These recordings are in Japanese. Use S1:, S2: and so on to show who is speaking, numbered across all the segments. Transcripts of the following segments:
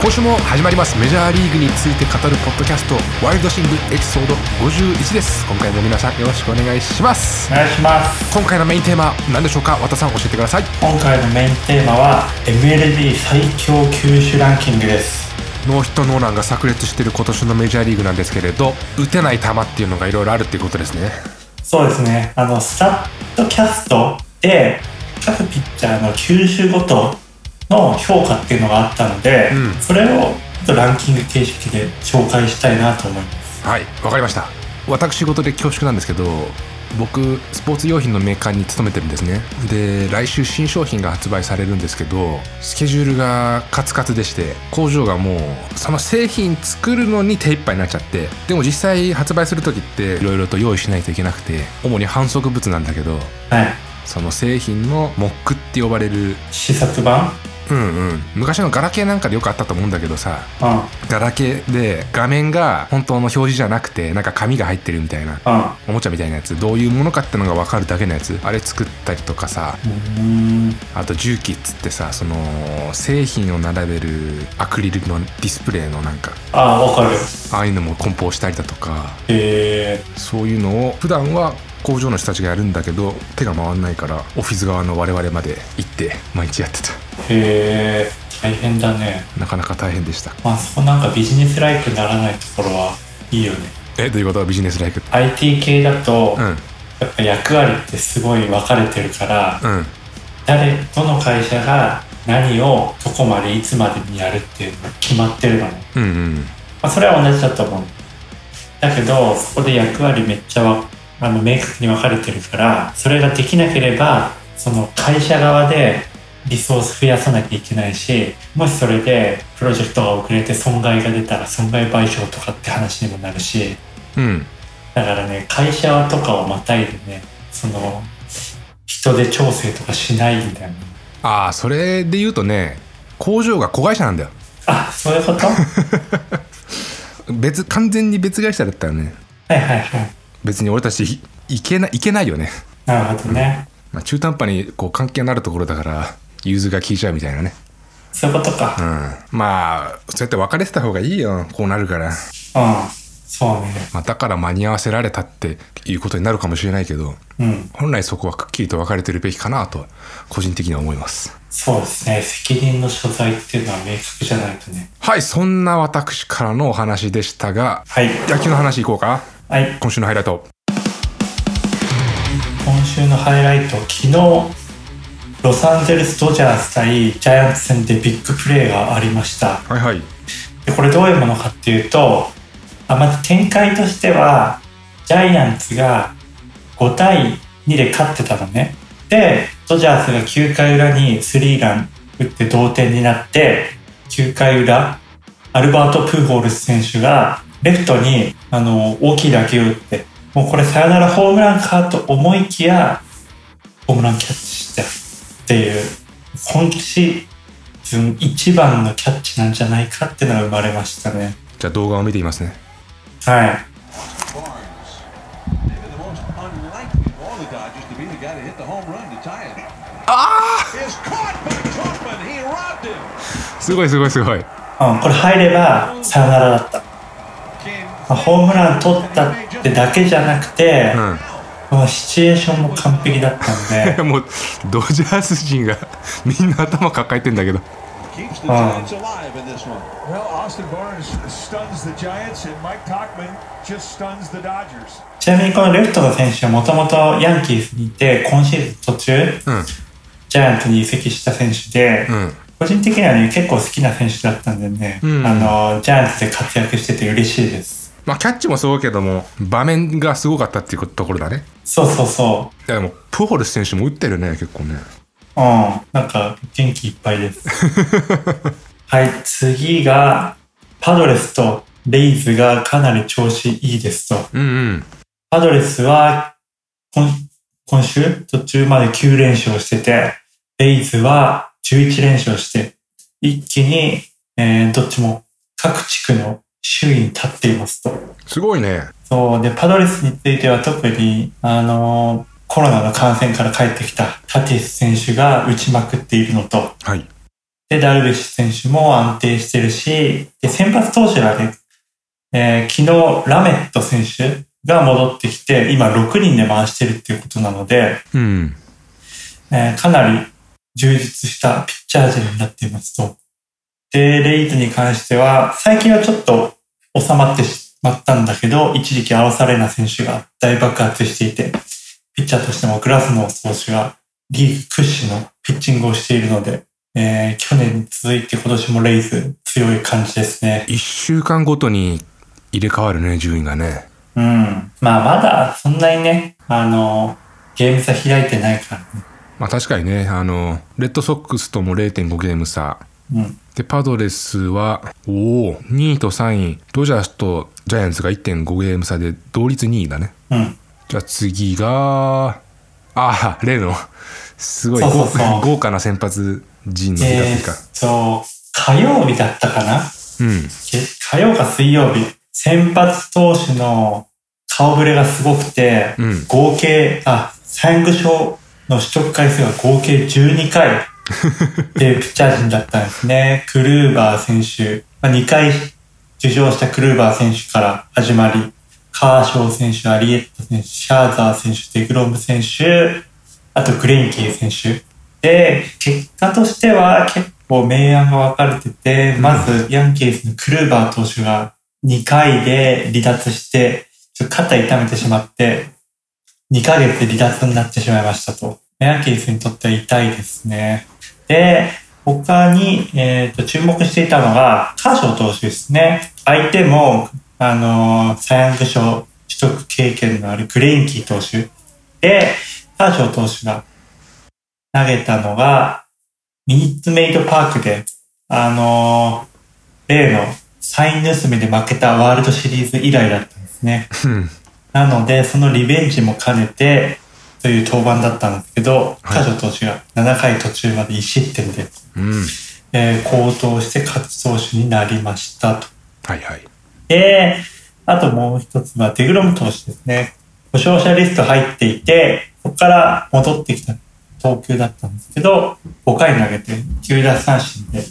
S1: 今週も始まりますメジャーリーグについて語るポッドキャストワイルドシングエピソード51です今回も皆さんよろしくお願いします
S2: お願いします
S1: 今回のメインテーマ何でしょうか和田さん教えてください
S2: 今回のメインテーマは MLB 最強球種ランキングです
S1: ノーヒットノーランが炸裂している今年のメジャーリーグなんですけれど打てない球っていうのがいろいろあるっていうことですね
S2: そうですねあのスタッドキャストで各ピッチャーの球種ごとの評価っていうのがあったので、
S1: うん
S2: それをちょっとランキング形式で紹介したいなと思います
S1: はいわかりました私事で恐縮なんですけど僕スポーツ用品のメーカーに勤めてるんですねで来週新商品が発売されるんですけどスケジュールがカツカツでして工場がもうその製品作るのに手一杯になっちゃってでも実際発売する時っていろいろと用意しないといけなくて主に反則物なんだけど
S2: はい
S1: その製品のモックって呼ばれる
S2: 試作版
S1: うんうん昔のガラケーなんかでよくあったと思うんだけどさ
S2: うんうん
S1: ガラケーで画面が本当の表示じゃなくてなんか紙が入ってるみたいな
S2: う
S1: おもちゃみたいなやつどういうものかってのが分かるだけのやつあれ作ったりとかさ
S2: ーん
S1: あと重機っつってさその製品を並べるアクリルのディスプレイのなんか
S2: ああわかる
S1: ああいうのも梱包したりだとか
S2: えー、
S1: そういうのを普段は工場の人たちがやるんだけど手が回んないからオフィス側の我々まで行って毎日やってた
S2: えー、大変だね
S1: なかなか大変でした
S2: まあそこなんかビジネスライクにならないところはいいよね
S1: えどういうことビジネスライク
S2: IT 系だと、
S1: うん
S2: やっぱ役割ってすごい分かれてるから、
S1: うん
S2: 誰どの会社が何をどこまでいつまでにやるっていうのが決まってるのね、
S1: うんうん
S2: まあ、それは同じだと思うだけどそこで役割めっちゃわあの明確に分かれてるからそれができなければその会社側でリソース増やさなきゃいけないしもしそれでプロジェクトが遅れて損害が出たら損害賠償とかって話にもなるし
S1: うん
S2: だからね、会社とかをまたいでね、その、人で調整とかしないんだよね。
S1: ああそれで言うとね工場が子会社なんだよ
S2: あ、そういうことは
S1: 別完全に別会社だったらね
S2: いはいはい。
S1: 別に俺たちいいけないいけないよね、
S2: なるほどね。
S1: まあ、中途半端にこう関係のあるところだから融通が効いちゃうみたいなね
S2: そういうこと
S1: う
S2: か。
S1: んまあそうやって別れてた方がいいよこうなるから、
S2: うん。そうね。
S1: まあ、だから間に合わせられたっていうことになるかもしれないけど
S2: うん。
S1: 本来そこはくっきりと別れてるべきかなと個人的には思います
S2: そうですね。責任の所在っていうのは明確じゃないとね。
S1: はいそんな私からのお話でしたが
S2: はい。
S1: 野球の話いこうか
S2: はい。
S1: 今週のハイライト
S2: 今週のハイライト、昨日、ロサンゼルス・ドジャース対ジャイアンツ戦でビッグプレーがありました。
S1: はいはい
S2: でこれどういうものかっていうとあまず展開としてはジャイアンツが5対2で勝ってたのねでドジャースが9回裏にスリーラン打って同点になって9回裏アルバート・プーホールス選手がレフトにあの大きい打球を打ってもうこれサヨナラホームランかと思いきやホームランキャッチしたっていう今季自分一番のキャッチなんじゃないかっていうのが生まれましたね。
S1: じゃあ動画を見ていますね
S2: はい。
S3: Barnes. Maybe the most unlikely of all the Dodgers to be the guy to hit the home run to tie it. Ah! Is caught by Kaufman. He robbed him.
S1: すごいすごいすごい
S2: うん、これ入ればサヨナラだった。
S3: Came
S2: まあホームラン取ったってだけじゃなくて、このシチュエーションも完璧だったんで
S1: い、やもうドジャース陣がみんな頭抱えてんだけど
S3: keeps the
S2: Ah.
S3: Giants alive in this one.
S4: Well, Austin Barnes stuns the Giants, and Mike Talkman just stuns the Dodgers.
S2: ちなみにこのレフトの選手はもともとヤンキースにいて、今シーズン途中、
S1: うん
S2: ジャイアンツに移籍した選手で、
S1: うん
S2: 個人的にはね、結構好きな選手だったんでね、
S1: ん
S2: あの、ジャイアンツで活躍してて嬉しいです。
S1: まあキャッチもそうけども場面がすごかったっていうところだね
S2: そうそうそう。
S1: いやでもプホルス選手も打ってるね結構ね
S2: うん、なんか元気いっぱいです。 はい、次が、パドレスとレイズがかなり調子いいですと。
S1: うんうん
S2: パドレスは、今今週途中まで9連勝してて、レイズは11連勝して、一気に、えーどっちも各地区の首位に立っていますと。
S1: すごいね
S2: そう。で、パドレスについては特に、あのーコロナの感染から帰ってきたタティス選手が打ちまくっているのと、
S1: はい
S2: で、ダルビッシュ選手も安定してるし、で、先発投手はね、えー昨日、ラメット選手が戻ってきて、今6人で回してるっていうことなので、
S1: うん。
S2: えーかなり充実したピッチャー陣になっていますと。で、レイズに関しては、最近はちょっと収まってしまったんだけど、一時期アロサレーナ選手が大爆発していて、ピッチャーとしてもグラスノー投手がリーグ屈指のピッチングをしているので、えー去年に続いて今年もレイズ強い感じですね。
S1: 1週間ごとに入れ替わるね、順位がね。
S2: うん。まあまだそんなにね、あの、ゲーム差開いてないからね。
S1: まあ確かにね、あの、レッドソックスとも0.5ゲーム差。
S2: うん。
S1: で、パドレスは、おお、2位と3位。ドジャースとジャイアンツが1.5ゲーム差で同率2位だね。
S2: うん。
S1: じゃあ次が、ああ、例の、すごい
S2: そうそう
S1: 豪
S2: そう
S1: 豪華な先発陣の日だ
S2: え
S1: った
S2: ー
S1: か。
S2: っと、火曜日だったかな
S1: うん。
S2: け火曜か水曜日、先発投手の顔ぶれがすごくて、
S1: うん
S2: 合計、あ、サイング賞の取得回数が合計12回 でピッチャー陣だったんですね。クルーバー選手、まあ、2回受賞したクルーバー選手から始まり、カーショー選手、アリエット選手、シャーザー選手、デグロム選手、あとグレインキー選手。で、結果としては結構明暗が分かれてて、まずヤンキースのクルーバー投手が2回で離脱して、ちょっと肩痛めてしまって、2ヶ月で離脱になってしまいましたと。ヤンキースにとっては痛いですね。で、他に、えーと注目していたのが、カーショー投手ですね。相手も、あのーサイ・ヤング賞取得経験のあるグレインキー投手。で、カーショー投手が投げたのが、ミニッツメイドパークで、あのー例のサイン盗みで負けたワールドシリーズ以来だったんですね。
S1: うん
S2: なので、そのリベンジも兼ねて、という登板だったんですけど、
S1: は
S2: カ
S1: い
S2: ジョ投手が7回途中まで1失点で、
S1: うん。
S2: えー好投して勝ち投手になりましたと。
S1: はいはい。
S2: で、あともう一つはデグロム投手ですね。故障者リスト入っていて、そこから戻ってきた投球だったんですけど、5回投げて9奪三振で、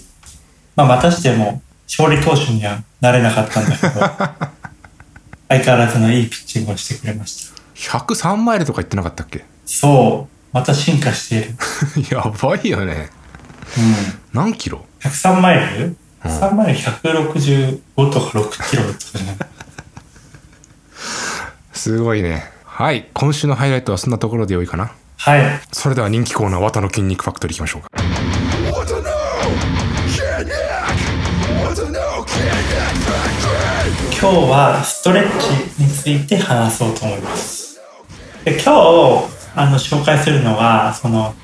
S2: まあまたしても勝利投手にはなれなかったんだ けど、相変わらずのいいピッチングをしてくれました。
S1: 103マイルとか言ってなかったっけ
S2: そう。また進化している。
S1: やばいよね。
S2: うん。
S1: 何キロ
S2: 103マイル ?103 マイル165とか6キロとかじゃない
S1: すごいね。はい。今週のハイライトはそんなところで良いかな。
S2: はい。
S1: それでは人気コーナー、綿の筋肉ファクトリー行きましょうか。
S2: 今日はストレッチについて話そうと思います。で今日、あの、紹介するのは、その、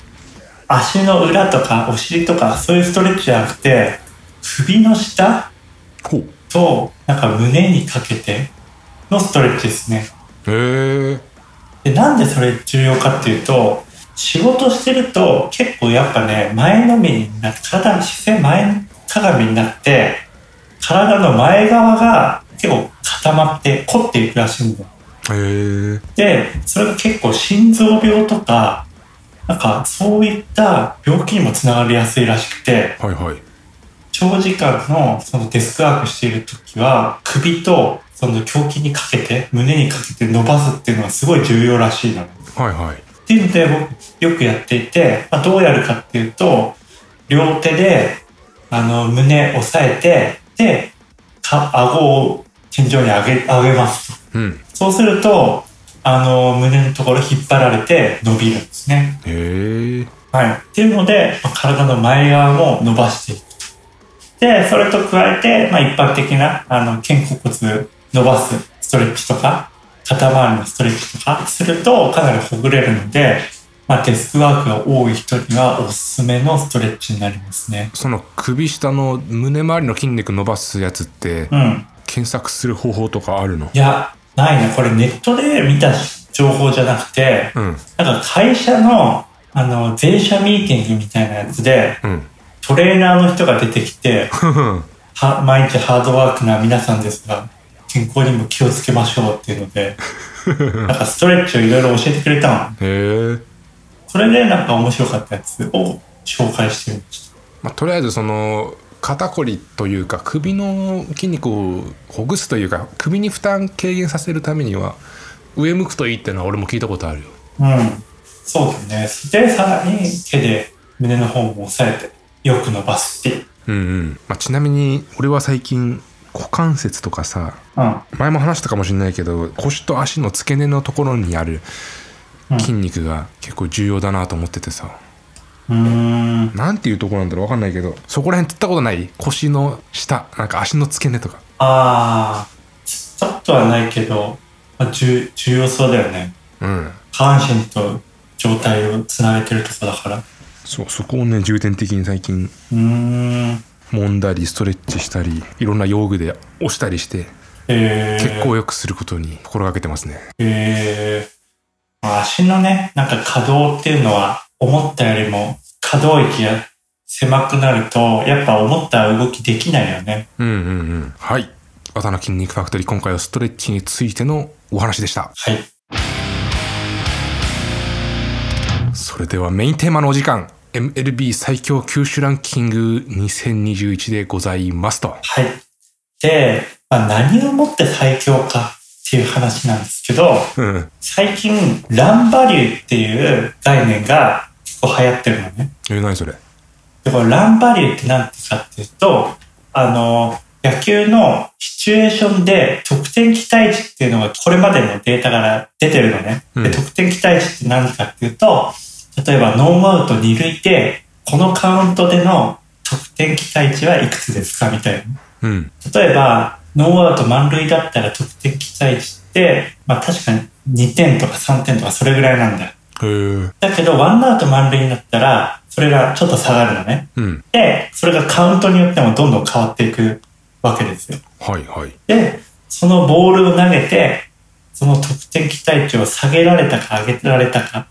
S2: 足の裏とかお尻とかそういうストレッチじゃなくて、首の下
S1: ほう。
S2: と、なんか胸にかけてのストレッチですね。
S1: へえ。
S2: でなんでそれ重要かっていうと仕事してると結構やっぱね前のめりになって体の姿勢前かがみになって体の前側が結構固まって凝っていくらしいんだよ
S1: へえ。
S2: でそれが結構心臓病とかなんかそういった病気にもつながりやすいらしくて
S1: はいはい。
S2: 長時間のそのデスクワークしている時は首とその胸筋にかけて胸にかけて伸ばすっていうのはすごい重要らしいの。
S1: はいはい。
S2: っていうので僕よくやっていて、まあ、どうやるかっていうと両手であの胸押さえてでか顎を天井に上げ上げますと
S1: うん。
S2: そうするとあの胸のところ引っ張られて伸びるんですね、
S1: へえ。
S2: はい、っていうのでまあ体の前側も伸ばしていくとでそれと加えて、まあ、一般的なあの肩甲骨伸ばすストレッチとか肩周りのストレッチとかするとかなりほぐれるので、まあ、デスクワークが多い人にはおすすめのストレッチになりますね。
S1: その首下の胸周りの筋肉伸ばすやつって、
S2: うん。
S1: 検索する方法とかあるの
S2: いや、ないね。これネットで見た情報じゃなくて、
S1: うん。
S2: なんか会社の、あの、全社ミーティングみたいなやつで、
S1: うん。
S2: トレーナーの人が出てきて、は毎日ハードワークな皆さんですが、健康にも気をつけましょうっていうの で、なんかストレッチをいろいろ教えてくれたの。
S1: へえ。
S2: それでなんか面白かったやつを紹介してみました。
S1: まあ、とりあえずその肩こりというか首の筋肉をほぐすというか首に負担軽減させるためには上向くといいってのは俺も聞いたことあるよ
S2: うん。そうだね。で、さらに手で胸の方も押さえて、よく伸ばすっていう。
S1: うんうん、まあ、ちなみに俺は最近股関節とかさ
S2: うん。
S1: 前も話したかもしれないけど腰と足の付け根のところにある
S2: うん
S1: 筋肉が結構重要だなと思っててさ、
S2: うーん。
S1: なんていうところなんだろうわかんないけどそこら辺つったことない腰の下なんか足の付け根とか
S2: あー、ちょっとはないけど、まあ、重重要そうだよね。
S1: うん
S2: 下半身と状態をつなげてるとこだから。う
S1: そうそこをね重点的に最近
S2: ーん。
S1: 揉んだりストレッチしたりいろんな用具で押したりして
S2: えー、
S1: 結構よくすることに心がけてますね
S2: えー、まあ足のね、なんか可動っていうのは、思ったよりも可動域が狭くなると、やっぱ思った動きできないよね。
S1: うんうんうんはい綿の筋肉ファクトリー今回はストレッチについてのお話でした
S2: はい。
S1: それではメインテーマのお時間 MLB 最強球種ランキング2021でございますと
S2: はい。で、まあ、何をもって最強かっていう話なんですけど、
S1: うん
S2: 最近、ランバリューっていう概念が結構流行ってるのね。
S1: え何それ
S2: で、これランバリューって何ですかっていうと、あの、野球のシチュエーションで得点期待値っていうのがこれまでのデータから出てるのね。
S1: うん
S2: で、得点期待値って何かっていうと、例えばノーアウト2塁で、このカウントでの得点期待値はいくつですかみたいな。
S1: うん
S2: 例えばノーアウト満塁だったら得点期待値って、まあ、確かに2点とか3点とかそれぐらいなんだよ
S1: へえ
S2: だけどワンアウト満塁になったらそれがちょっと下がるのね
S1: うん
S2: でそれがカウントによってもどんどん変わっていくわけですよ
S1: はいはい
S2: でそのボールを投げてその得点期待値を下げられたか上げられたか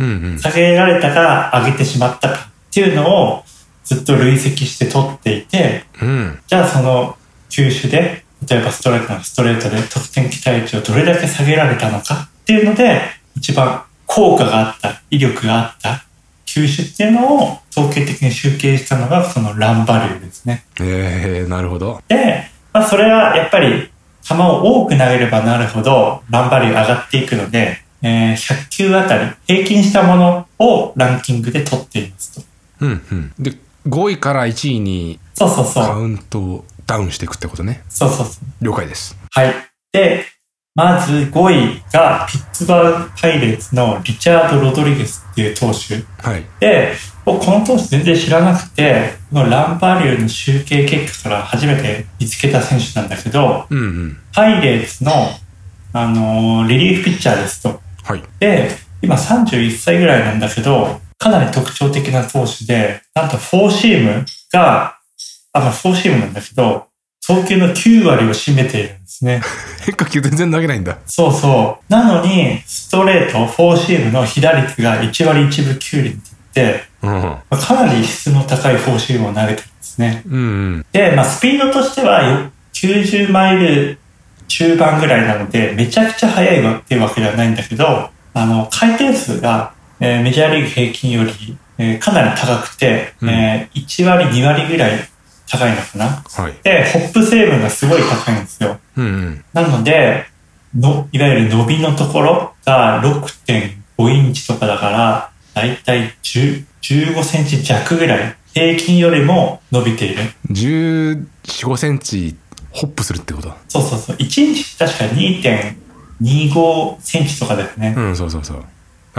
S1: うんうん
S2: 下げられたか上げてしまったかっていうのをずっと累積して取っていて
S1: うん
S2: じゃあその球種で例えばストレートのストレートで得点期待値をどれだけ下げられたのかっていうので一番効果があった威力があった球種っていうのを統計的に集計したのがそのランバリューですね。
S1: えー、なるほど
S2: で、まあ、それはやっぱり球を多く投げればなるほどランバリュー上がっていくので、えー100球あたり平均したものをランキングで取っていますと。
S1: うんうんで5位から1位に
S2: そうそうそ
S1: カ
S2: う。
S1: ウントをダウンしていくってことね
S2: そうそうそう。
S1: 了解です
S2: はい。で、まず5位がピッツバーグパイレーツのリチャード・ロドリゲスっていう投手。
S1: はい
S2: で、僕この投手全然知らなくて、このランバリューの集計結果から初めて見つけた選手なんだけど、
S1: うんうん
S2: パイレーツの、あのーリリーフピッチャーですと。
S1: はい
S2: で、今31歳ぐらいなんだけど、かなり特徴的な投手で、なんとフォーシームが、あ、まあフォーシームなんだけど、投球の9割を占めているんですね。
S1: 変化球全然投げないんだ
S2: そうそう。なのに、ストレート、フォーシームの被打率が1割1分9厘って
S1: うんうん
S2: 言って、かなり質の高いフォーシームを投げてるんですね。
S1: うん
S2: で、まあ、スピードとしてはよ90マイル中盤ぐらいなので、めちゃくちゃ速いわっていうわけではないんだけど、あの、回転数が、えーメジャーリーグ平均より、えーかなり高くて、
S1: うん
S2: えー1割、2割ぐらい高いのかな。
S1: はい
S2: で、ホップ成分がすごい高いんですよ。
S1: うんうん
S2: なので、の、いわゆる伸びのところが6.5インチとかだから、だいたい10 15センチ弱ぐらい、平均よりも伸びている。
S1: 1 4センチホップするってこと
S2: そうそうそう。1インチ確か2.25センチとかだよね。
S1: うんそうそうそう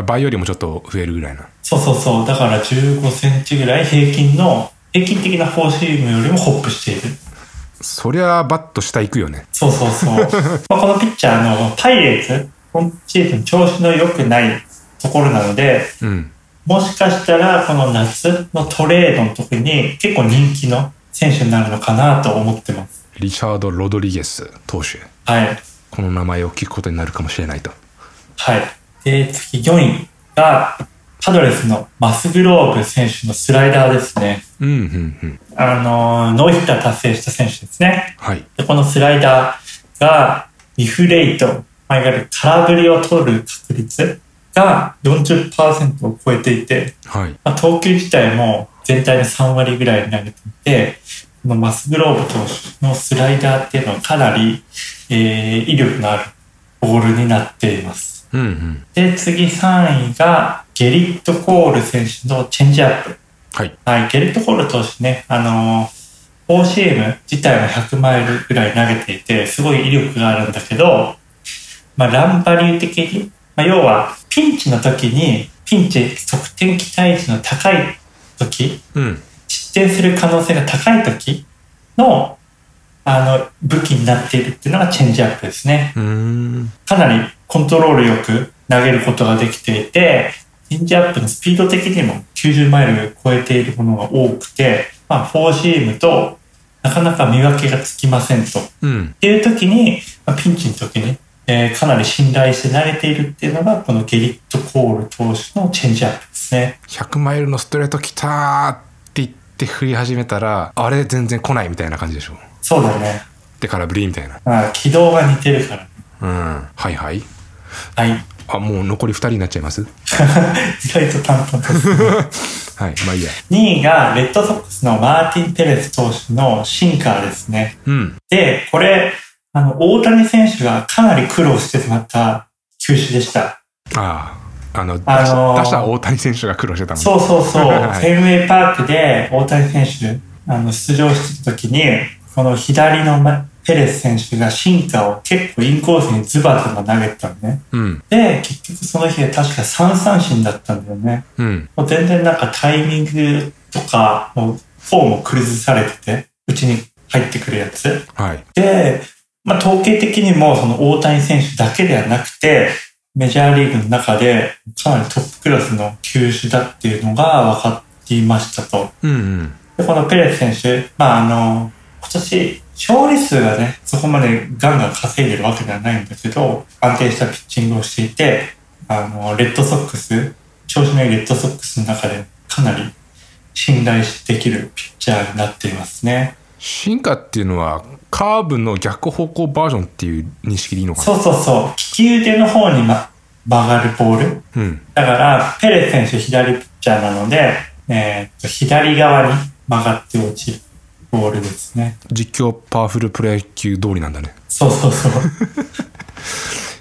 S1: 倍よりもちょっと増えるぐらいな
S2: そうそうそう。だから15センチぐらい平均の、平均的なフォーシームよりもホップしている。
S1: そりゃバッと下行くよね
S2: そうそ うそう。まあこのピッチャーのパイレーツ、今シーズン調子の良くないところなので、
S1: うん
S2: もしかしたらこの夏のトレードの時に結構人気の選手になるのかなと思ってます。
S1: リチャード・ロドリゲス投手
S2: はい。
S1: この名前を聞くことになるかもしれないと
S2: はい。で、次4位がパドレスのマスグローブ選手のスライダーですね。
S1: うんうんうん
S2: あのー、ノーヒッター達成した選手ですね。
S1: はい
S2: で、このスライダーがリフレイト、まあいわゆる空振りを取る確率が40%を超えていて、
S1: はい
S2: まあ、投球自体も全体の3割ぐらい投げていて、このマスグローブ投手のスライダーっていうのはかなり、えー威力のあるボールになっています。
S1: うんうん
S2: で、次3位が、ゲリット・コール選手のチェンジアップ。
S1: はい
S2: はい、ゲリット・コール投手ね、あのー、4CM 自体も100マイルぐらい投げていて、すごい威力があるんだけど、まあ、ランバリュー的に、まあ、要は、ピンチの時に、ピンチ、得点期待値の高い時、
S1: うん
S2: 失点する可能性が高い時の、あの、武器になっているっていうのがチェンジアップですね。
S1: うーん
S2: かなりコントロールよく投げることができていて、チェンジアップのスピード的にも90マイルを超えているものが多くて、まあ、フォーシームとなかなか見分けがつきませんと。っ
S1: うん
S2: ていう時に、まあ、ピンチの時に、えーかなり信頼して慣れているっていうのが、このゲリット・コール投手のチェンジアップですね。
S1: 100マイルのストレート来たーって言って振り始めたらあれ全然来ないみたいな感じでしょ
S2: そうだね。
S1: で空振りみたいな
S2: まあ、軌道が似てるから。
S1: うんはいはい
S2: はい。
S1: あもう残り2人になっちゃいます
S2: 意外と淡々と進む
S1: はいまあいいや
S2: 2位がレッドソックスのマーティン・ペレス投手のシンカーですね。
S1: うん
S2: で、これ、あの、大谷選手がかなり苦労してしまった球種でした。
S1: あああの、
S2: あのー
S1: 打者大谷選手が苦労してたもんね
S2: そうそうそう、
S1: はい
S2: フェンウェイパークで大谷選手、あの、出場してた時に、この左のまペレス選手がシンカーを結構インコースにズバズバ投げてたのね。
S1: うん
S2: で、結局その日は確か3三振だったんだよね。
S1: うん
S2: もう全然なんかタイミングとか、もうフォームを崩されてて、うちに入ってくるやつ。
S1: はい
S2: で、まあ、統計的にもその大谷選手だけではなくて、メジャーリーグの中でかなりトップクラスの球種だっていうのが分かっていましたと。
S1: うんうん
S2: で、このペレス選手、まあ、あの、今年、勝利数がね、そこまでガンガン稼いでるわけではないんだけど、安定したピッチングをしていて、あの、レッドソックス、調子のいいレッドソックスの中でかなり信頼できるピッチャーになっていますね。
S1: 進化っていうのはカーブの逆方向バージョンっていう認識でいいのかな
S2: そうそうそう。利き腕の方に、ま、曲がるボール。
S1: うん
S2: だから、ペレス選手左ピッチャーなので、えーっと、左側に曲がって落ちるボールですね。
S1: 実況パワフルプロ野球通りなんだね
S2: そうそ うそう。うん。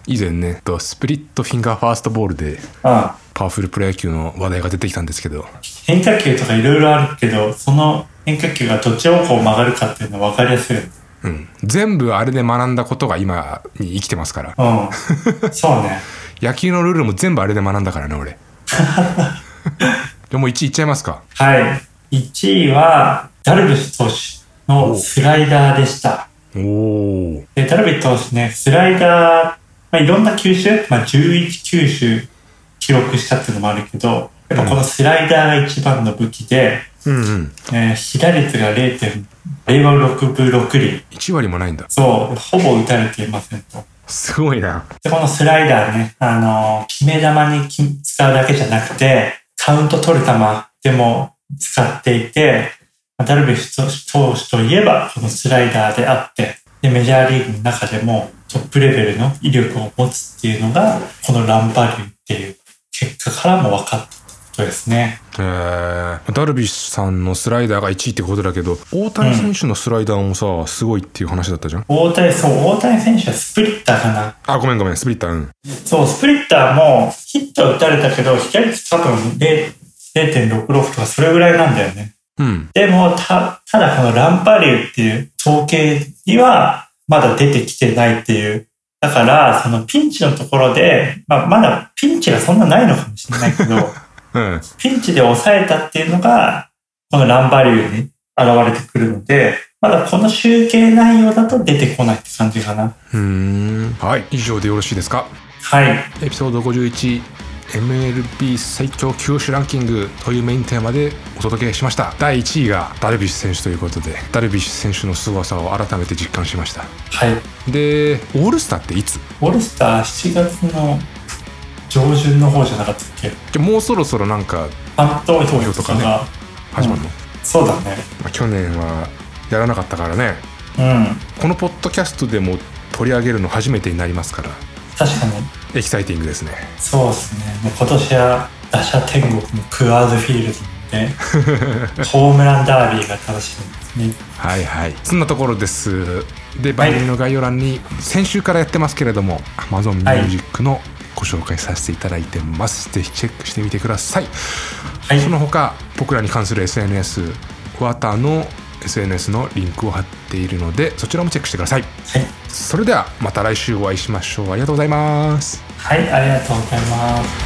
S1: 以前ねとスプリットフィンガーファーストボールでパワフルプロ野球の話題が出てきたんですけど
S2: 変化球とかいろいろあるけど、その変化球がどっち方向曲がるかっていうのは分かりやすい よね。
S1: うん、全部あれで学んだことが今に生きてますから
S2: うん。そうね。
S1: 野球のルールも全部あれで学んだからね 俺でも1いっちゃいますか
S2: はい。1位は、ダルビッシュ投手のスライダーでした。
S1: おお
S2: で、ダルビットですね、スライダー、まあ、いろんな球種、まあ、11球種記録したっていうのもあるけど、やっぱこのスライダーが一番の武器で、
S1: うんうん
S2: えー被打率が0点、令和6分6厘。
S1: 1割もないんだ
S2: そう、ほぼ打たれていませんと。
S1: すごいな
S2: で、このスライダーね、あのー決め球にき使うだけじゃなくて、カウント取る球でも使っていて、まあダルビッシュ投手といえば、このスライダーであって、で、メジャーリーグの中でもトップレベルの威力を持つっていうのが、このランバリューっていう結果からも分かったってことですね。
S1: えーダルビッシュさんのスライダーが1位ってことだけど大谷選手のスライダーもさすごいっていう話だったじゃん
S2: 大谷、そう、大谷選手はスプリッターかな。
S1: あごめんごめんスプリッターうん
S2: そう、スプリッターもヒットは打たれたけど、被打率多分0 0.66とかそれぐらいなんだよね。
S1: うん
S2: でも、た、ただこのランパリューっていう統計にはまだ出てきてないっていう。だから、そのピンチのところで、まあ、まだピンチがそんなないのかもしれないけ ど、
S1: うん
S2: ピンチで抑えたっていうのが、このランパリューに現れてくるので、まだこの集計内容だと出てこないって感じかな。
S1: うーんはい以上でよろしいですか
S2: はい。
S1: エピソード 51MLB 最強球種ランキングというメインテーマでお届けしました第1位がダルビッシュ選手ということでダルビッシュ選手の凄さを改めて実感しました
S2: はい。
S1: でオールスターっていつ
S2: オールスター7月の上旬の方じゃなかったっけフ
S1: でもうそろそろなんか
S2: ァン投票とか
S1: 投
S2: が、
S1: 始まるの、
S2: そうだね。
S1: まあ去年はやらなかったからね
S2: うん。
S1: このポッドキャストでも取り上げるの初めてになりますから
S2: 確かに。
S1: エキサイティングですね
S2: そうですね。もう今年は打者天国のクアーズフィールドにって、 ホームランダービーが楽しみですね。
S1: はいはいそんなところですで番組の概要欄に先週からやってますけれども AmazonMusic のご紹介させていただいてます、ぜひチェックしてみてください
S2: はい、
S1: その他僕らに関する SNS ワタの SNS のリンクを貼っているのでそちらもチェックしてください
S2: はい
S1: それではまた来週お会いしましょうありがとうございます
S2: はい、ありがとうございます。